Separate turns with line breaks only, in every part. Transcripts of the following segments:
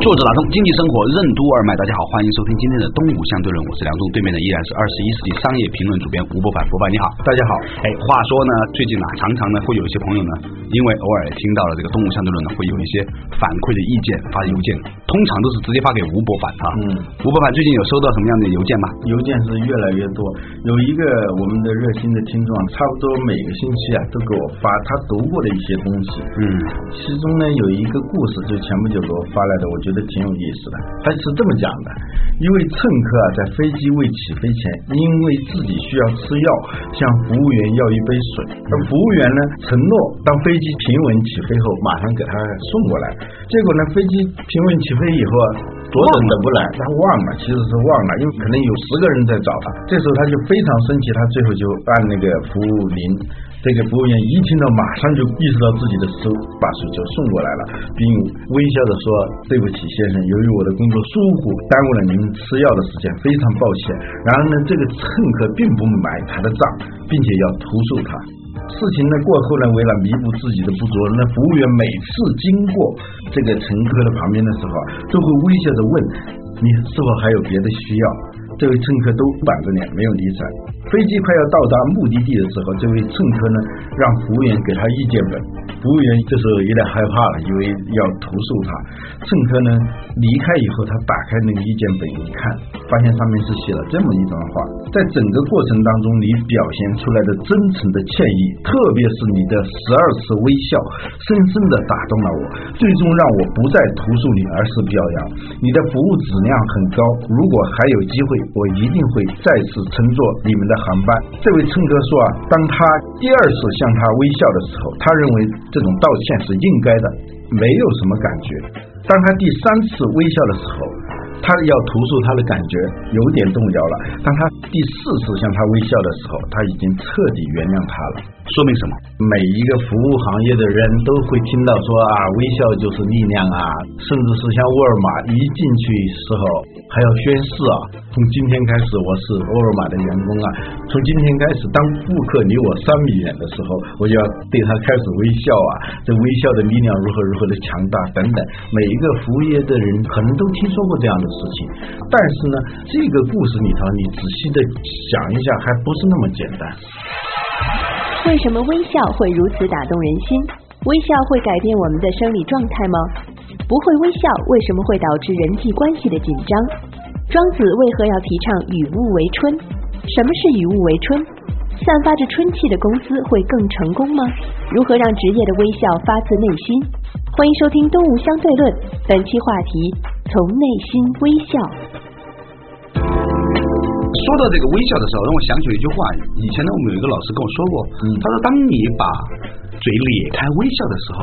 作者打通经济生活任督二脉，大家好，欢迎收听今天的东吴相对论，我是梁东，对面的依然是二十一世纪商业评论主编吴伯凡，伯凡你好。
大家好，
哎，话说呢，最近啊，常常呢会有一些朋友呢，因为偶尔听到了这个东吴相对论呢，会有一些反馈的意见，发邮件，通常都是直接发给吴伯凡啊。
嗯，
吴伯凡最近有收到什么样的邮件吗？
邮件是越来越多，有一个我们的热心的听众啊，差不多每个星期啊都给我发他读过的一些东西。
嗯，
其中呢有一个故事，就前不久给我发来的，我觉得挺有意思的。他是这么讲的：一位乘客啊，在飞机未起飞前，因为自己需要吃药，向服务员要一杯水，而服务员呢承诺，当飞机平稳起飞后，马上给他送过来。结果呢，飞机平稳起飞以后啊，左等等不来，他忘了，其实是忘了，因为可能有十个人在找他。这时候他就非常生气，他最后就按那个服务铃。这个服务员一听到，马上就意识到自己的失误，把水就送过来了，并微笑着说：“对不起，先生，由于我的工作疏忽，耽误了您吃药的时间，非常抱歉。”然而呢，这个乘客并不买他的账，并且要投诉他。事情呢过后呢，为了弥补自己的不足，那服务员每次经过这个乘客的旁边的时候啊，都会微笑着问：“你是否还有别的需要？”这位乘客都板着脸没有理睬。飞机快要到达目的地的时候，这位乘客呢让服务员给他意见本，服务员这时候有点害怕了，以为要投诉他。乘客呢离开以后，他打开那个意见本一看，发现上面是写了这么一段话：在整个过程当中，你表现出来的真诚的歉意，特别是你的十二次微笑，深深的打动了我，最终让我不再投诉你，而是表扬你的服务质量很高。如果还有机会，我一定会再次乘坐你们的航班。这位乘客说啊，当他第二次向他微笑的时候，他认为这种道歉是应该的，没有什么感觉。当他第三次微笑的时候，他要投诉他的感觉有点动摇了。当他第四次向他微笑的时候，他已经彻底原谅他了。
说明什么？
每一个服务行业的人都会听到说啊，微笑就是力量啊，甚至是像沃尔玛一进去时候还要宣誓啊，从今天开始我是沃尔玛的员工啊，从今天开始当顾客离我三米远的时候，我就要对他开始微笑啊，这微笑的力量如何如何的强大等等，每一个服务业的人可能都听说过这样的事情，但是呢，这个故事里头你仔细的想一下，还不是那么简单。
为什么微笑会如此打动人心？微笑会改变我们的生理状态吗？不会微笑为什么会导致人际关系的紧张？庄子为何要提倡与物为春？什么是与物为春？散发着春气的公司会更成功吗？如何让职业的微笑发自内心？欢迎收听《东吴相对论》，本期话题：从内心微笑。
说到这个微笑的时候，让我想起了一句话。以前呢，我们有一个老师跟我说过，
嗯
他说，当你把嘴咧开微笑的时候，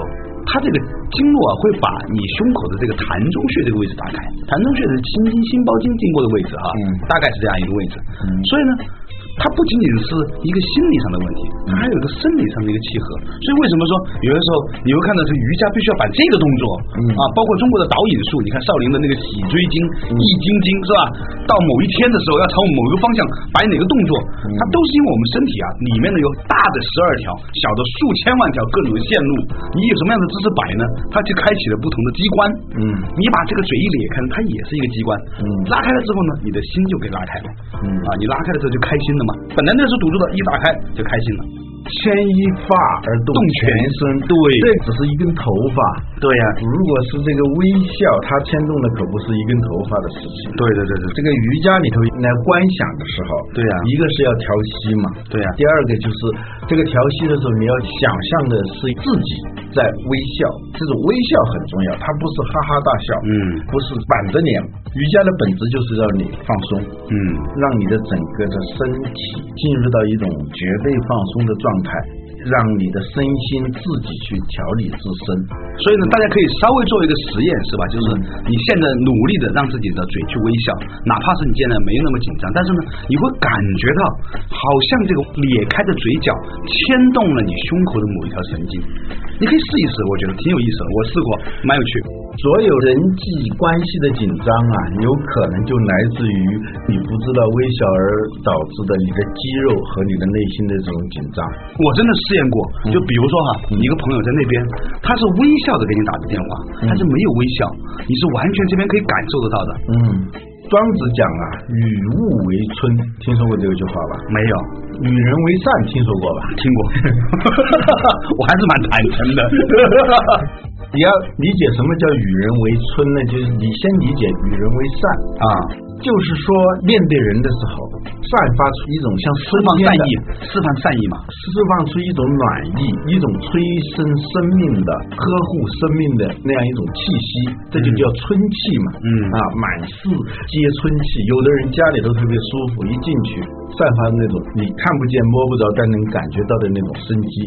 它这个经络啊会把你胸口的这个膻中穴这个位置打开。膻中穴是心经、心包经经过的位置啊哈、
嗯
大概是这样一个位置。所以呢，它不仅仅是一个心理上的问题，它还有一个生理上的一个契合。所以为什么说有的时候你会看到是瑜伽必须要把这个动作、
嗯
啊，包括中国的导引术，你看少林的那个洗椎经、
嗯
易筋经是吧？到某一天的时候要朝某一个方向摆哪个动作，
嗯
它都是因为我们身体啊里面呢有大的十二条，小的数千万条各种的线路，你以什么样的姿势摆呢？它就开启了不同的机关。
嗯
你把这个嘴一咧开，它也是一个机关。
嗯
拉开了之后呢，你的心就给拉开了。
嗯
啊，你拉开了之后就开心了嘛。本来那是堵住的，一打开就开心了。
牵一发而动
动全
全身
身，对
这只是一根头发。
对呀、
如果是这个微笑，它牵动的可不是一根头发的事情。
对对对对
这个瑜伽里头来观想的时候，
对呀
一个是要调息嘛，
对呀
第二个就是这个调息的时候，你要想象的是自己在微笑，这种微笑很重要，它不是哈哈大笑，
嗯
不是板着脸。瑜伽的本质就是让你放松，
嗯。
让你的整个的身体进入到一种绝对放松的状态，让你的身心自己去调理自身。
所以呢，大家可以稍微做一个实验，是吧？就是你现在努力的让自己的嘴去微笑，哪怕是你现在没有那么紧张，但是呢，你会感觉到好像这个咧开的嘴角牵动了你胸口的某一条神经。你可以试一试，我觉得挺有意思的，我试过，蛮有趣。
所有人际关系的紧张啊，有可能就来自于你不知道微笑而导致的你的肌肉和你的内心的这种紧张。
我真的试验过，
嗯
就比如说哈，你一个朋友在那边，他是微笑的给你打的电话，
嗯
但是没有微笑，你是完全这边可以感受得到的。
嗯，庄子讲啊，与物为春，听说过这个句话吧？
没有，
与人为善，听说过吧？
听 过，我还是蛮坦诚的。
你要理解什么叫与人为春呢？就是你先理解与人为善啊，就是说面对人的时候，散发出一种像
释放
春天
善
的
意，释放善意嘛。
释放出一种暖意，一种催生生命的、呵护生命的那样一种气息，这就叫春气嘛。
嗯
啊，满室皆春气。有的人家里头特别舒服，一进去散发那种你看不见、摸不着，但能感觉到的那种生机。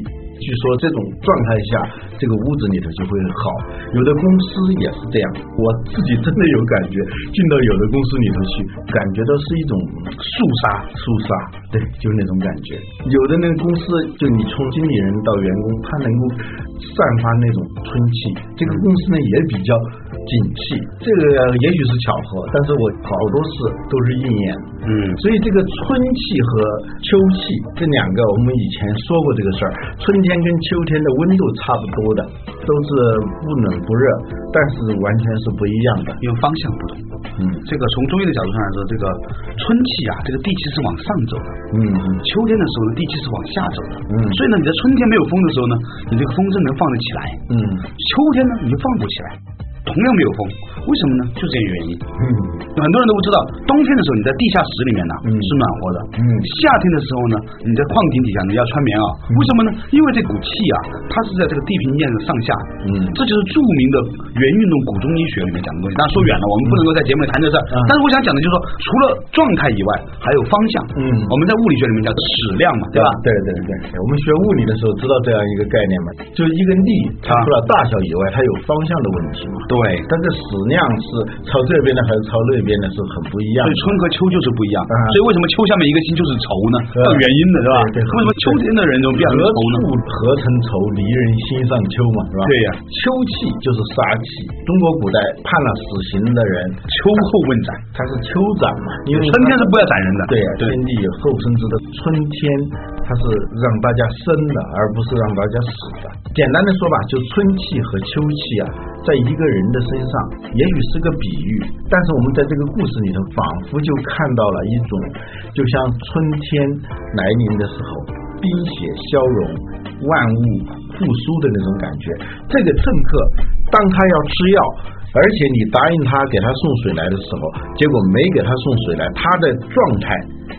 据说这种状态下，这个屋子里头就会好。有的公司也是这样，我自己真的有感觉，进到有的公司里头去，感觉到是一种肃杀，肃杀，对，就是那种感觉。有的那个公司，就你从经理人到员工，他能够散发那种春气。这个公司呢也比较景气，这个也许是巧合，但是我好多事都是应验的。
嗯，
所以这个春气和秋气这两个，我们以前说过这个事儿，春天跟秋天的温度差不多的，都是不冷不热，但是完全是不一样的。
因为方向不同。
嗯
这个从中医的角度上来说，这个春气啊，这个地气是往上走的；
嗯嗯
秋天的时候呢，地气是往下走的。
嗯
所以呢，你在春天没有风的时候呢，你这个风筝能放得起来；
嗯
秋天呢，你就放不起来。同样没有风，为什么呢？就这个原因。
嗯
很多人都不知道，冬天的时候你在地下室里面呢、
嗯
是暖和的，
嗯
夏天的时候呢你在矿井底下你要穿棉袄，
嗯
为什么呢？因为这股气啊，它是在这个地平面的上下，
嗯
这就是著名的原运动古中医学里面讲的东西。当然说远了，我们不能够在节目里谈这事儿，
嗯
但是我想讲的就是说，除了状态以外，还有方向。
嗯
我们在物理学里面叫矢量嘛，对吧？
对对对，我们学物理的时候知道这样一个概念嘛，就是一个力，它除了大小以外，它有方向的问题嘛。
啊对。
但是矢量是朝这边的还是朝那边的是很不一样
所以
的。
春和秋就是不一样，
嗯
所以为什么秋下面一个心就是愁呢？
对
有原因的，是吧？
对对
为什么秋天的人就变成
何
愁呢？
处何曾愁，离人心上秋嘛，是吧？
对呀
秋气就是杀气。中国古代判了死刑的人，
秋后问斩。
他是秋斩嘛，因为
春天是不要斩人的，
对呀、
对
天地有后生之德，春天它是让大家生的，而不是让大家死的。简单的说吧，就春气和秋气啊，在一个人的身上，也许是个比喻，但是我们在这个故事里头，仿佛就看到了一种，就像春天来临的时候，冰雪消融，万物复苏的那种感觉。这个政客，当他要吃药。而且你答应他给他送水来的时候，结果没给他送水来，他的状态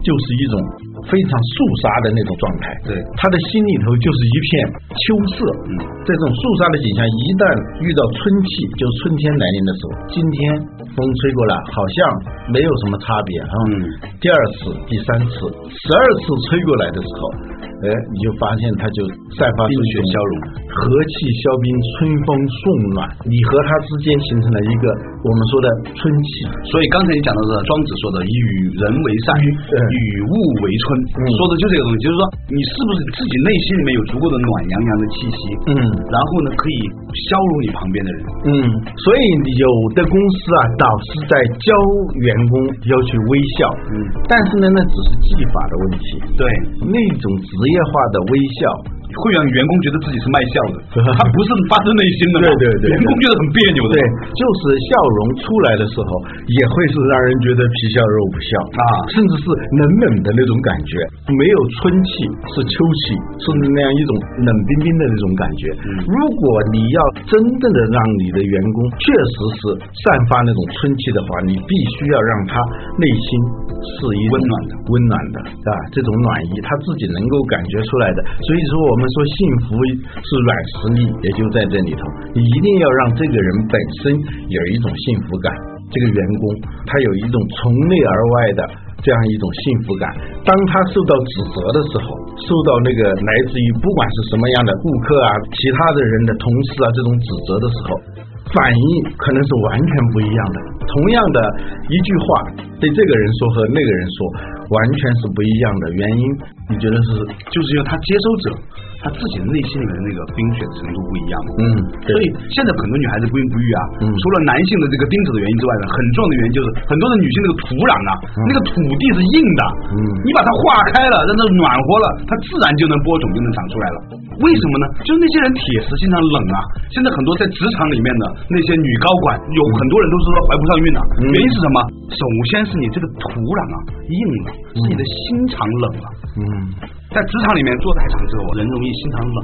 就是一种非常肃杀的那种状态。
对
他的心里头就是一片秋色。嗯，这种肃杀的景象，一旦遇到春气，就春天来临的时候，今天风吹过来，好像没有什么差别啊。
嗯
第二次、第三次、十二次吹过来的时候，哎，你就发现它就散发
冰
出一
雪消
种
融，
和气消冰，春风送暖，你和它之间形成了一个我们说的春气。
所以刚才你讲到的庄子说的“与人为善，
对
与物为春”，
嗯
说的就这个东西，就是说你是不是自己内心里面有足够的暖洋洋的气息，
嗯
然后呢可以消融你旁边的人。
嗯，所以有的公司啊，导师在教员工要去微笑，
嗯
但是呢，那只是技法的问题，
对，
那种职业化的微笑，
会让员工觉得自己是卖笑的，他不是发自内心的嘛，
对对对对
员工觉得很别扭的
对，就是笑容出来的时候，也会是让人觉得皮笑肉不笑
啊
甚至是冷冷的那种感觉，没有春气，是秋气，是那样一种冷冰冰的那种感觉。
嗯
如果你要真正的让你的员工确实是散发那种春气的话，你必须要让他内心是一
温
种
暖的
温暖的啊，这种暖意他自己能够感觉出来的。所以说，我们说幸福是软实力，也就在这里头。你一定要让这个人本身有一种幸福感，这个员工他有一种从内而外的这样一种幸福感。当他受到指责的时候，受受到那个来自于不管是什么样的顾客啊、其他的人的同事啊这种指责的时候，反应可能是完全不一样的。同样的一句话，对这个人说和那个人说完全是不一样的。原因你觉得是？
就是因为他接收者他自己内心里面的那个冰雪程度不一样。
嗯，
所以
对，
现在很多女孩子不孕不育啊，
嗯
除了男性的这个钉子的原因之外呢，很重要的原因就是很多的女性那个土壤啊，那个土地是硬的，
嗯
你把它化开了，让它暖和了，它自然就能播种，就能长出来了。为什么呢？就是那些人铁石心肠冷啊。现在很多在职场里面的那些女高管，有很多人都是说怀不上孕的、
嗯
原因是什么？首先是你这个土壤啊硬了，是你的心肠冷了。
嗯，
在职场里面做太长之后，人容易心肠冷。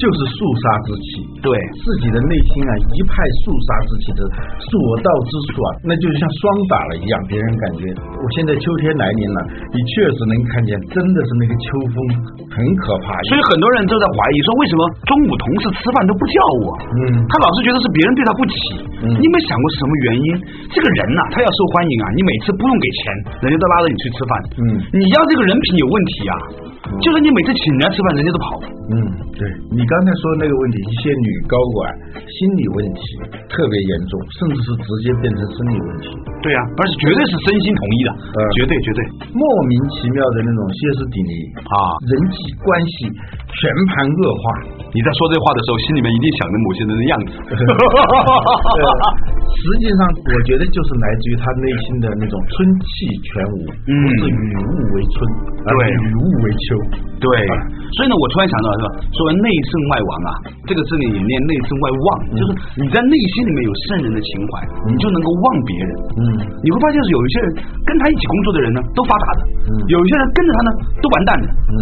就是肃杀之气。
对，
自己的内心啊一派肃杀之气的所到之处啊，那就像霜打了一样，别人感觉我现在秋天来临了，你确实能看见，真的是那个秋风很可怕。
所以很多人都在怀疑说，为什么中午同事吃饭都不叫我？
嗯
他老是觉得是别人对他不起。
嗯
你有没有想过是什么原因？这个人呐、他要受欢迎啊，你每次不用给钱，人家都拉着你去吃饭。
嗯
你要这个人品有问题啊，就是你每次请人家吃饭，人家都跑。
嗯，对你刚才说那个问题，一些女高管心理问题特别严重，甚至是直接变成生理问题，
对啊，而且绝对是真心同意的，
嗯
绝对绝对
莫名其妙的那种歇斯底里，
啊！
人际关系全盘恶化。
你在说这话的时候，心里面一定想着某些人的样子。
呃 实际上，我觉得就是来自于他内心的那种春气全无，
嗯
不是与物为春，而
对
是与物为秋。
对，所以呢，我突然想到是吧？说内圣外王啊，这个字呢也念内圣外望，就是你在内心里面有圣人的情怀，你就能够忘别人。
嗯
你会发现是有一些人跟他一起工作的人呢都发达的，
嗯
有一些人跟着他呢都完蛋的。
嗯，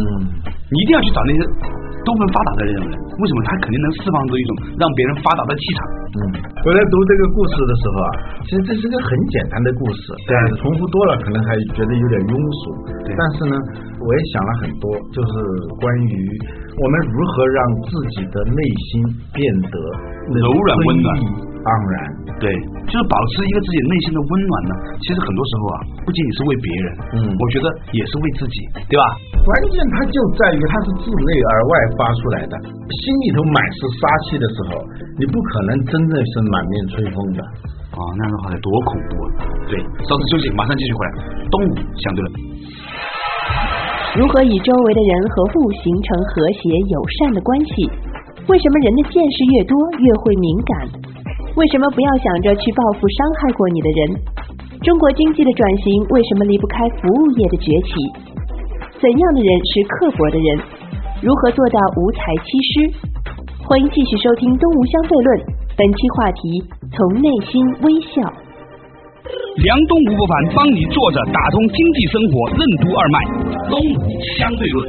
你一定要去找那些都很发达的这种人，为什么他肯定能释放出一种让别人发达的气场？
嗯，我在读这个故事的时候啊，其实这是个很简单的故事，但是重复多了可能还觉得有点庸俗。
对
但是呢，我也想了很多，就是关于我们如何让自己的内心变得
柔软温暖
春意盎然。
对，就是保持一个自己内心的温暖呢。其实很多时候啊，不仅仅是为别人，
嗯
我觉得也是为自己，对吧？
关键它就在于它是自内而外发出来的，心里头满是杀气的时候，你不可能真正是满面春风的。
哦，那样的话得多恐怖啊！对，稍事休息，马上继续回来。东吴相对论，
如何与周围的人和物形成和谐友善的关系？为什么人的见识越多越会敏感？为什么不要想着去报复伤害过你的人？中国经济的转型为什么离不开服务业的崛起？怎样的人是刻薄的人？如何做到无才欺师？欢迎继续收听《东吴相对论》，本期话题：从内心微笑。
梁东吴不凡帮你坐着打通经济生活任督二脉，东吴相对论。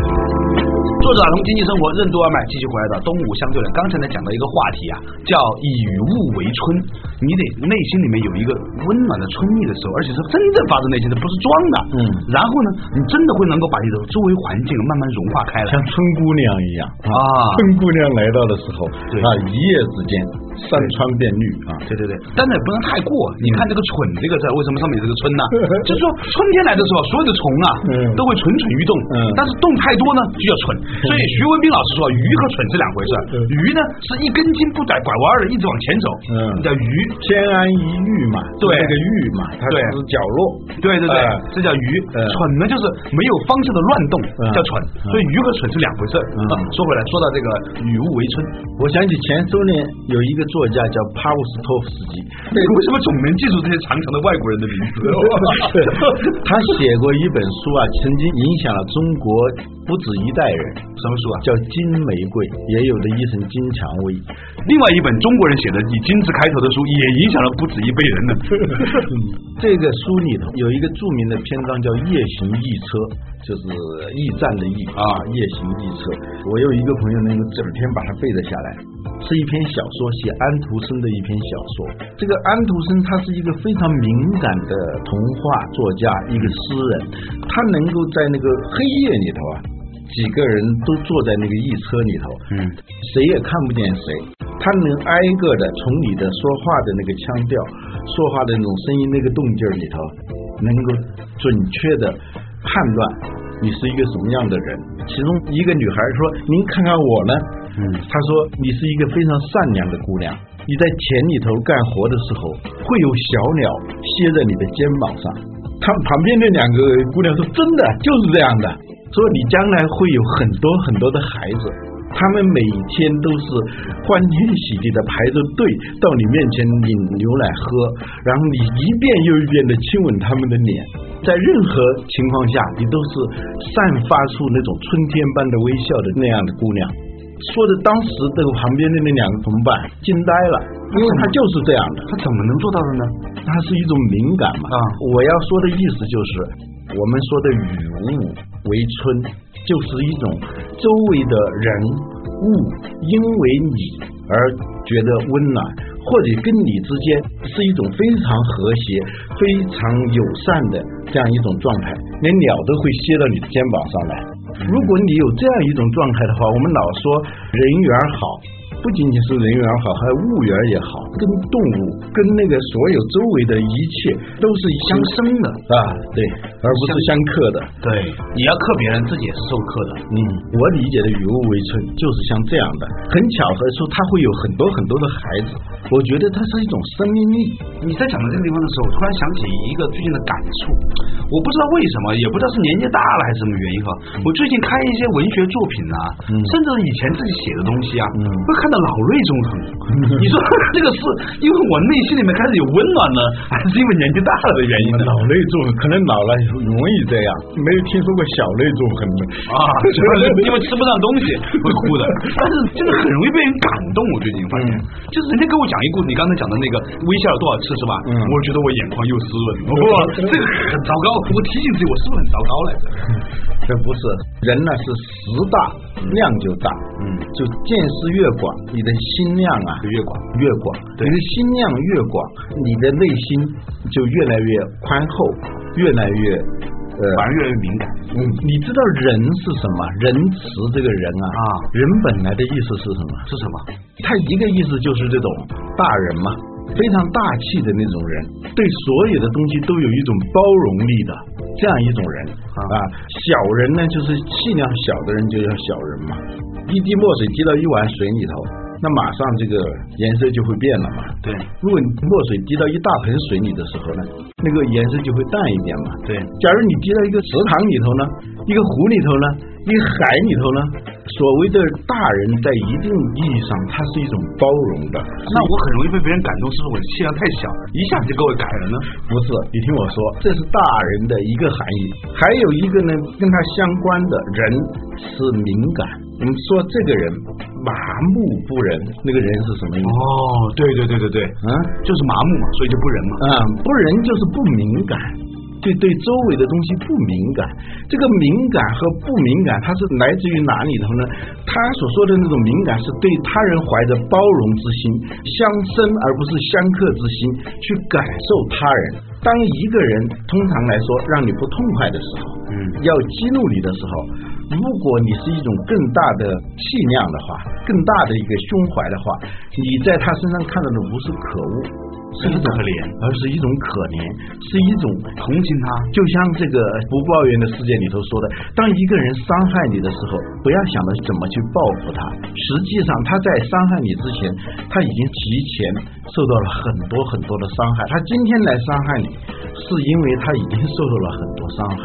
作者打通经济生活任督二脉，继续回来的东吴相对论。刚才呢讲到一个话题啊，叫以物为春，你得内心里面有一个温暖的春意的时候，而且是真正发自内心的，不是装的。
嗯
然后呢，你真的会能够把你的周围环境慢慢融化开来
像。春姑娘一样
啊
春姑娘来到的时候
对
啊，一夜之间山川变绿啊，
对对对，但是也不能太过。你看这个“蠢”这个字，为什么上面有这个“春” 呢？就是说春天来的时候，所有的虫啊
嗯
都会蠢蠢欲动
嗯，
但是动太多呢就叫蠢。 所以徐文兵老师说，鱼和蠢是两回事
嗯。
鱼呢是一根筋不拐拐弯儿的，一直往前走
嗯，
叫鱼。
偏安一隅嘛，
对
那个隅嘛，它
对
是角落，
对对对
哎，
这叫鱼。
嗯
蠢呢就是没有方向的乱动
嗯，
叫蠢。所以鱼和蠢是两回事。
嗯
啊说回来，说到这个与物为春，
我想起前苏联有一个作家叫帕乌斯托夫斯基，
你为什么总能记住这些长长的外国人的名字？
他写过一本书啊，曾经影响了中国不止一代人，
什么书啊？
叫《金玫瑰》，也有的译成《金蔷薇》。
另外一本中国人写的以金字开头的书，也影响了不止一辈人呢。
这个书里头有一个著名的篇章叫“夜行驿车”，就是驿站的驿啊，夜行驿车。我有一个朋友能够整天把它背得下来，是一篇小说，写安徒生的一篇小说。这个安徒生他是一个非常敏感的童话作家，一个诗人，他能够在那个黑夜里头啊。几个人都坐在那个驿车里头，
嗯，
谁也看不见谁，他能挨个的从你的说话的那个腔调、说话的那种声音、那个动静儿里头，能够准确的判断
你是一个什么样的人。其中一个女孩说：“您看看我呢。”嗯，她说：“你是一个非常善良的姑娘。你在田里头干活的时候，会有小鸟歇在你的肩膀上。”她旁边那两个姑娘说：“真的就是这样的。”说你将来会有很多很多的孩子，他们每天都是欢天喜地的排着队到你面前领牛奶喝，然后你一遍又一遍的亲吻他们的脸，在任何情况下，你都是散发出那种春天般的微笑的那样的姑娘。说的当时这个旁边的那两个同伴惊呆了，因为他就是这样的。
他怎么能做到的呢？
它是一种敏感嘛。
啊
我要说的意思就是，我们说的与物为春，就是一种周围的人物因为你而觉得温暖，或者跟你之间是一种非常和谐、非常友善的这样一种状态，连鸟都会歇到你的肩膀上来。如果你有这样一种状态的话，我们老说人缘好，不仅仅是人缘好，还有物缘也好，跟动物、跟那个所有周围的一切都是相生的啊，对，而不是相克的。
对，你要克别人，自己也是受克的。
嗯，我理解的与物为春就是像这样的，很巧合说它会有很多很多的孩子，我觉得它是一种生命力。
你在讲到这个地方的时候，我突然想起一个最近的感触，我不知道为什么，也不知道是年纪大了还是什么原因哈。
嗯
我最近看一些文学作品啊，甚至以前自己写的东西啊，
嗯
会看得老泪纵横。 你说这个是因为我内心里面开始有温暖了，还是因为年纪大了的原因呢？
脑内纵横可能老了容易这样，没有听说过小内纵横的
啊，因为吃不上东西会哭的， 但是真的很容易被人感动。我最近发现，
嗯
就是人家给我讲一个故事，你刚才讲的那个微笑有多少次是吧？
嗯
我觉得我眼眶又湿润了。哇，这个很糟糕，我提醒自己我是不是很糟糕来着？
嗯这不是人呢，是识大量就大，嗯，就见识越广，你的心量啊越广越广，
对
你的心量越广，你的内心就越来越宽厚，越来越呃
反而越来越敏感。
嗯，你知道仁是什么？仁慈这个人啊，
啊
人本来的意思是什么？
是什么？
他一个意思就是这种大人嘛，非常大气的那种人，对所有的东西都有一种包容力的这样一种人啊。小人呢，就是气量小的人就叫小人嘛。一滴墨水滴到一碗水里头，那马上这个颜色就会变了嘛。
对
如果你墨水滴到一大盆水里的时候呢，那个颜色就会淡一点嘛。
对，
假如你滴到一个池塘里头呢，一个湖里头呢，一个海里头呢，所谓的大人在一定意义上，它是一种包容的。
那我很容易被别人感动，是不是我的气量太小，一下子就给我改了呢？
不是，你听我说，这是大人的一个含义。还有一个呢，跟他相关的人是敏感。我们说这个人麻木不仁，那个人是什么意思？
哦，对对对对对，
嗯
就是麻木嘛，所以就不仁嘛。
嗯，不仁就是不敏感，对对周围的东西不敏感。这个敏感和不敏感，它是来自于哪里头呢？他所说的那种敏感，是对他人怀着包容之心，相生而不是相克之心，去感受他人。当一个人通常来说让你不痛快的时候，
嗯
要激怒你的时候，如果你是一种更大的气量的话，更大的一个胸怀的话，你在他身上看到的不是可恶，是一种
可怜
而是一种可怜，是一种
同情他，
就像这个不抱怨的世界里头说的，当一个人伤害你的时候，不要想着怎么去报复他。实际上，他在伤害你之前，他已经提前受到了很多很多的伤害。他今天来伤害你，是因为他已经受到了很多伤害。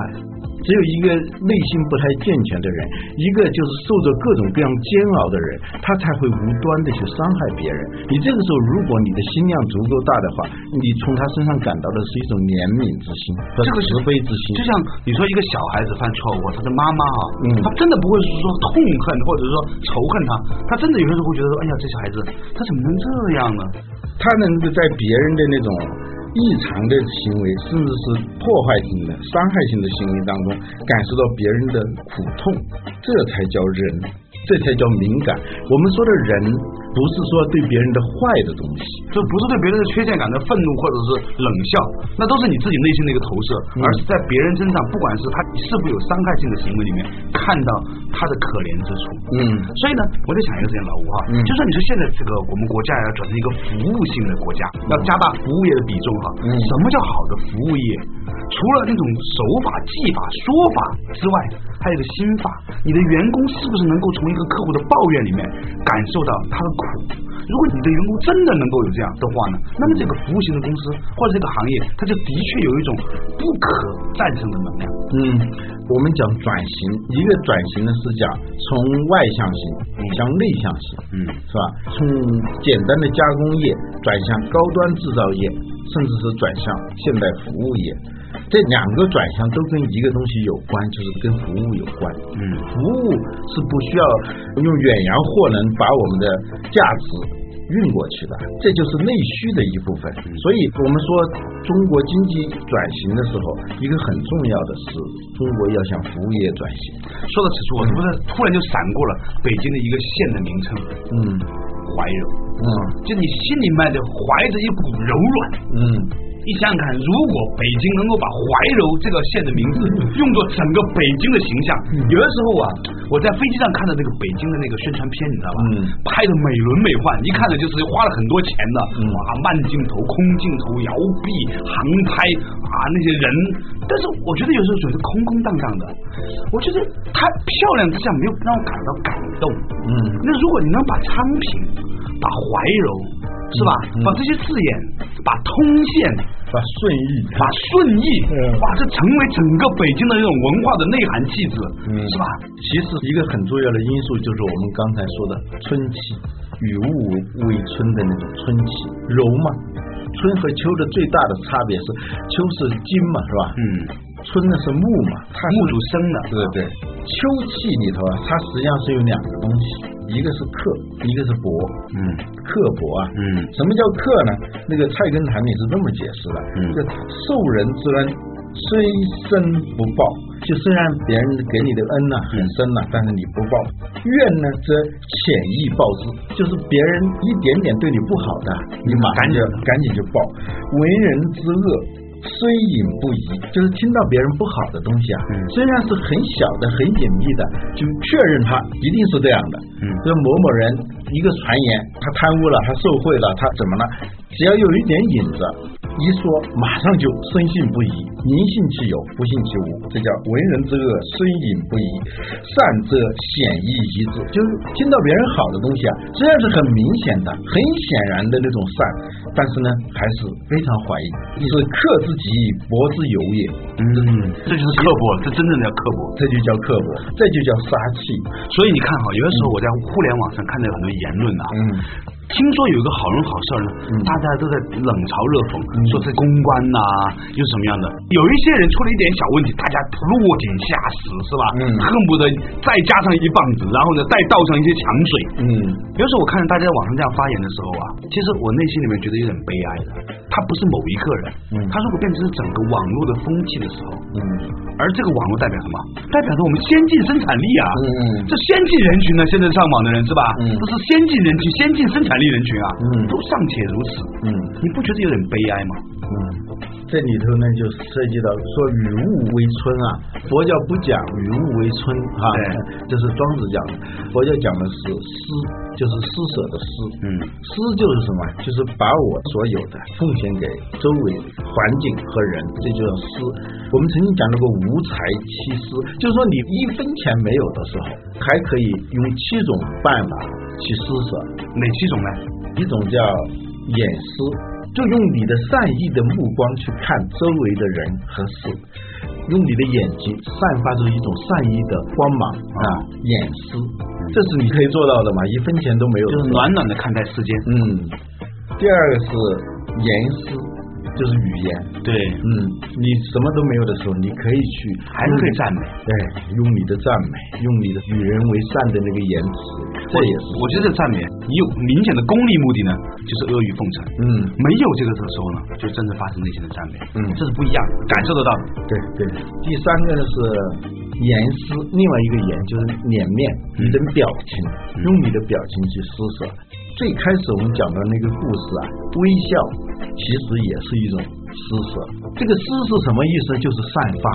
只有一个内心不太健全的人，一个就是受着各种各样煎熬的人，他才会无端的去伤害别人。你这个时候，如果你的心量足够大的话，你从他身上感到的是一种怜悯之心和
这个
慈
是
悲之心。
就像你说一个小孩子犯错误，他的妈妈啊，
嗯
他真的不会说痛恨或者说仇恨他，他真的有些时候会觉得说，哎呀，这小孩子他怎么能这样啊呢？
他能够在别人的那种异常的行为，甚至是破坏性的、伤害性的行为当中，感受到别人的苦痛，这才叫人，这才叫敏感。我们说的人，不是说对别人的坏的东西，
就不是对别人的缺陷感的愤怒或者是冷笑，那都是你自己内心的一个投射，
嗯
而是在别人身上，不管是他是否有伤害性的行为里面，看到他的可怜之处。
嗯
所以呢，我在想一个事情，老吴哈，
嗯
就算你说现在这个我们国家要转成一个服务性的国家，要加大服务业的比重哈，
嗯
什么叫好的服务业？
除了那种手法、技法、说法之外，还有一个心法。你的员工是不是能够从一个客户的抱怨里面感受到他的苦？如果你的员工真的能够有这样的话呢，那么这个服务型的公司或者这个行业，它就的确有一种不可战胜的能量。
嗯，我们讲转型，一个转型呢是讲从外向型向内向型，嗯，是吧？从简单的加工业转向高端制造业，甚至是转向现代服务业。这两个转向都跟一个东西有关，就是跟服务有关。嗯，服务是不需要用远洋货能把我们的价值运过去的，这就是内需的一部分。所以我们说中国经济转型的时候，一个很重要的是中国要向服务业转型。
说到此处，啊我突然突然就闪过了北京的一个县的名称
嗯
怀柔，
嗯
就你心里面的怀着一股柔软。
嗯，
你想想看，如果北京能够把怀柔这个县的名字
嗯
用作整个北京的形象，有的时候啊，我在飞机上看到那个北京的那个宣传片，你知道吧？
嗯
拍的美轮美奂，一看呢就是花了很多钱的，
嗯
哇，慢镜头、空镜头、摇臂、航拍啊，那些人，但是我觉得有时候觉得空空荡荡的，我觉得它漂亮之下没有让我感到感动，
嗯
那如果你能把昌平、把怀柔，是吧？
嗯
把这些字眼，把通县，
把顺义，
把顺义，
嗯
把这成为整个北京的这种文化的内涵气质，
嗯
是吧？
其实一个很重要的因素就是我们刚才说的春气，与物为春的那种春气，柔嘛。春和秋的最大的差别是，秋是金嘛，是吧？
嗯，
春呢是木嘛，它是
木主生的，
对对，秋气里头啊，它实际上是有两个东西，一个是克，一个是薄。嗯，刻薄啊。
嗯
什么叫克呢？那个《菜根谭》里是这么解释的：
嗯
这受人之恩，虽深不报。就虽然别人给你的恩呢、很深呐、但是你不报；怨呢，则潜意报之，就是别人一点点对你不好的，你马上就赶紧就报。为人之恶，虽隐不疑，就是听到别人不好的东西啊，虽然是很小的、很隐蔽的，就确认他一定是这样的。嗯，说某某人一个传言，他贪污了，他受贿了，他怎么了？只要有一点影子，一说马上就深信不疑，宁信其有，不信其无，这叫为人之恶，虽隐不疑，善则显易疑之。就是听到别人好的东西啊，虽然是很明显的、很显然的那种善，但是呢，还是非常怀疑，是克之己以薄之有也。
嗯，这就是刻薄，这真正的叫刻薄。
这就叫刻薄，这就叫杀气。
所以你看哈，有的时候我在互联网上看到有很多言论啊，
嗯
听说有一个好人好事儿呢，大家都在冷嘲热讽，说是公关呐、又什么样的。有一些人出了一点小问题，大家落井下石是吧？
嗯
恨不得再加上一棒子，然后呢再倒上一些强水。
嗯
有时候我看到大家在网上这样发言的时候啊，其实我内心里面觉得有点悲哀的。他不是某一个人，
嗯
他如果变成是整个网络的风气的时候，
嗯
而这个网络代表什么？代表着我们先进生产力啊！
嗯嗯
这先进人群呢，现在上网的人是吧？
嗯
这是先进人群、先进生产力人群啊，
嗯
都尚且如此，
嗯
你不觉得有点悲哀吗？
嗯，这里头呢就涉及到说与物为春啊，佛教不讲与物为春啊，这是庄子讲的，佛教讲的是施，就是施舍的施。
嗯
施就是什么？就是把我所有的奉献给周围环境和人，这就叫施。我们曾经讲到过无财七施，就是说你一分钱没有的时候，还可以用七种办法去施舍。
哪七种呢？
一种叫眼思，就用你的善意的目光去看周围的人和事，用你的眼睛散发出一种善意的光芒啊，眼思，这是你可以做到的嘛，一分钱都没有，
就是暖暖的看待世间。
嗯。第二个是言思，就是语言。
对，
嗯，你什么都没有的时候，你可以去，
还是可以赞美。
对，用你的赞美，用你的与人为善的那个言辞，这也是，
我觉得这赞美，你有明显的功利目的呢，就是阿谀奉承。
嗯，
没有这个的时候呢，就真正发自内心的赞美，
嗯
这是不一样的，感受得到的。
对对，第三个呢是言思，另外一个言就是脸面，你的表情，用你的表情去施舍。最开始我们讲的那个故事啊，微笑其实也是一种施舍。这个施是什么意思？就是散发，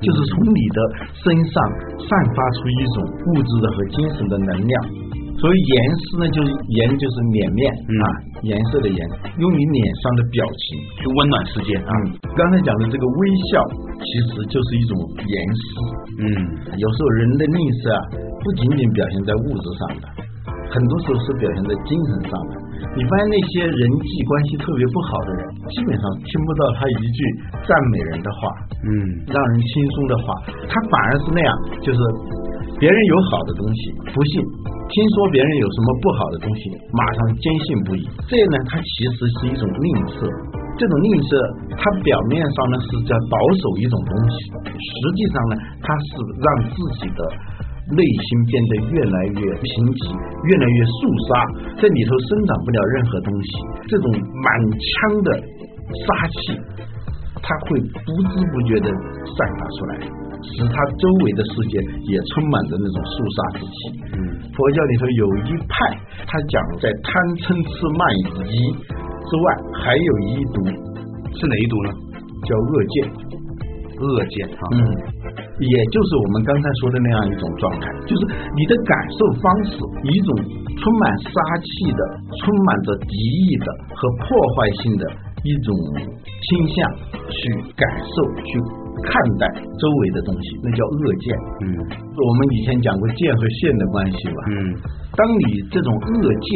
就是从你的身上散发出一种物质的和精神的能量。所谓颜色呢，就是颜就是脸面、啊，颜色的颜，用你脸上的表情去温暖世界啊。刚才讲的这个微笑，其实就是一种颜色。
嗯，
有时候人的吝啬啊，不仅仅表现在物质上的，很多时候是表现在精神上的。你发现那些人际关系特别不好的人，基本上听不到他一句赞美人的话，
嗯，
让人轻松的话，他反而是那样，就是别人有好的东西不信，听说别人有什么不好的东西，马上坚信不疑。这呢，它其实是一种吝啬。这种吝啬，它表面上呢是在保守一种东西，实际上呢，它是让自己的内心变得越来越贫瘠，越来越肃杀，在里头生长不了任何东西。这种满腔的杀气，它会不知不觉的散发出来，使它周围的世界也充满着那种肃杀之气。嗯，佛教里头有一派，他讲在贪嗔痴慢疑之外，还有一毒
是哪一毒呢？
叫恶见。
恶见啊，
嗯，也就是我们刚才说的那样一种状态，就是你的感受方式，以一种充满杀气的、充满着敌意的和破坏性的一种倾向去感受、去看待周围的东西，那叫恶见。
嗯
我们以前讲过见和线的关系吧？
嗯，
当你这种恶见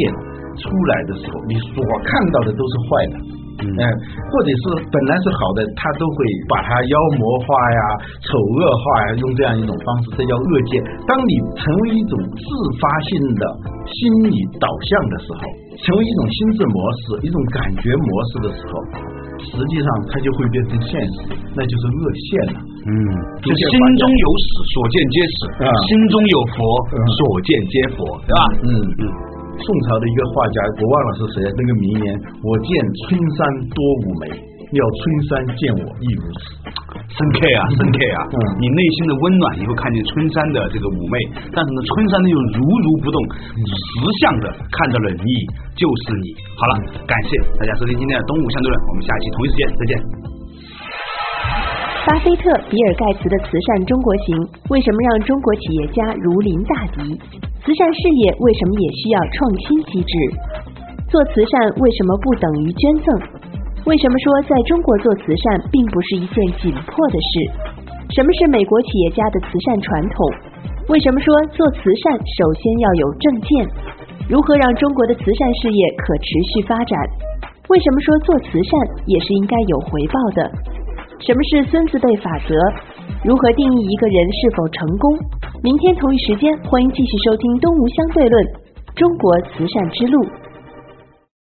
出来的时候，你所看到的都是坏的。
嗯
嗯，或者是本来是好的，他都会把它妖魔化呀、丑恶化呀，用这样一种方式，这叫恶见。当你成为一种自发性的心理导向的时候，成为一种心智模式、一种感觉模式的时候，实际上它就会变成现实，那就是恶现了。
嗯，就
就
是心中有屎，所见皆屎
啊；
心中有佛
嗯，
所见皆佛，对吧？
嗯嗯。宋朝的一个画家，我忘了是谁，那个名言：“我见春山多妩媚，要春山见我亦如此。”
深 K 啊，深 K 啊
嗯，
你内心的温暖，你会看见春山的这个妩媚，但是呢，春山呢又如如不动，
嗯
识相的看到了你就是你。好了，
嗯
感谢大家收听今天的《东吴相对论》，我们下期同一时间再见。
巴菲特、比尔盖茨的慈善中国行为什么让中国企业家如临大敌？慈善事业为什么也需要创新机制？做慈善为什么不等于捐赠？为什么说在中国做慈善并不是一件紧迫的事？什么是美国企业家的慈善传统？为什么说做慈善首先要有证件？如何让中国的慈善事业可持续发展？为什么说做慈善也是应该有回报的？什么是孙子辈法则？如何定义一个人是否成功？明天同一时间，欢迎继续收听《东吴相对论：中国慈善之路》。